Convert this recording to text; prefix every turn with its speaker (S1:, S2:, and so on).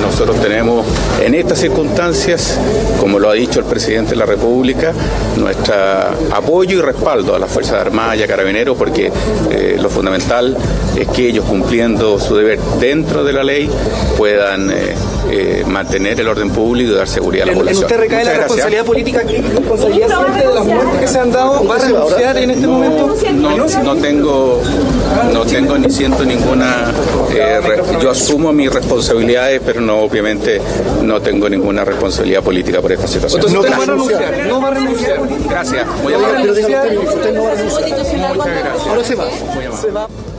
S1: Nosotros tenemos en estas circunstancias, como lo ha dicho el presidente de la República, nuestro apoyo y respaldo a las Fuerzas Armadas y a Carabineros, porque eh, lo fundamental es que ellos cumpliendo su deber dentro de la ley puedan eh, eh, mantener el orden público y dar seguridad a la
S2: En-
S1: población.
S2: En usted recae la
S1: Muchas gracias.
S2: responsabilidad política, ¿qué responsabilidad siente de las muertes que se han dado? ¿Va a renunciar en este momento?
S1: No, no tengo, no tengo ni siento ninguna. eh, re- yo asumo mis responsabilidades, pero no, obviamente, no tengo ninguna responsabilidad política por esta situación.
S2: Entonces usted no va a
S1: Gracias.
S2: renunciar, no va a renunciar.
S1: Gracias. Muy
S2: No va a
S1: amable.
S2: renunciar.
S3: Usted no va a renunciar.
S1: Muchas gracias.
S3: Ahora se va.
S2: Se va.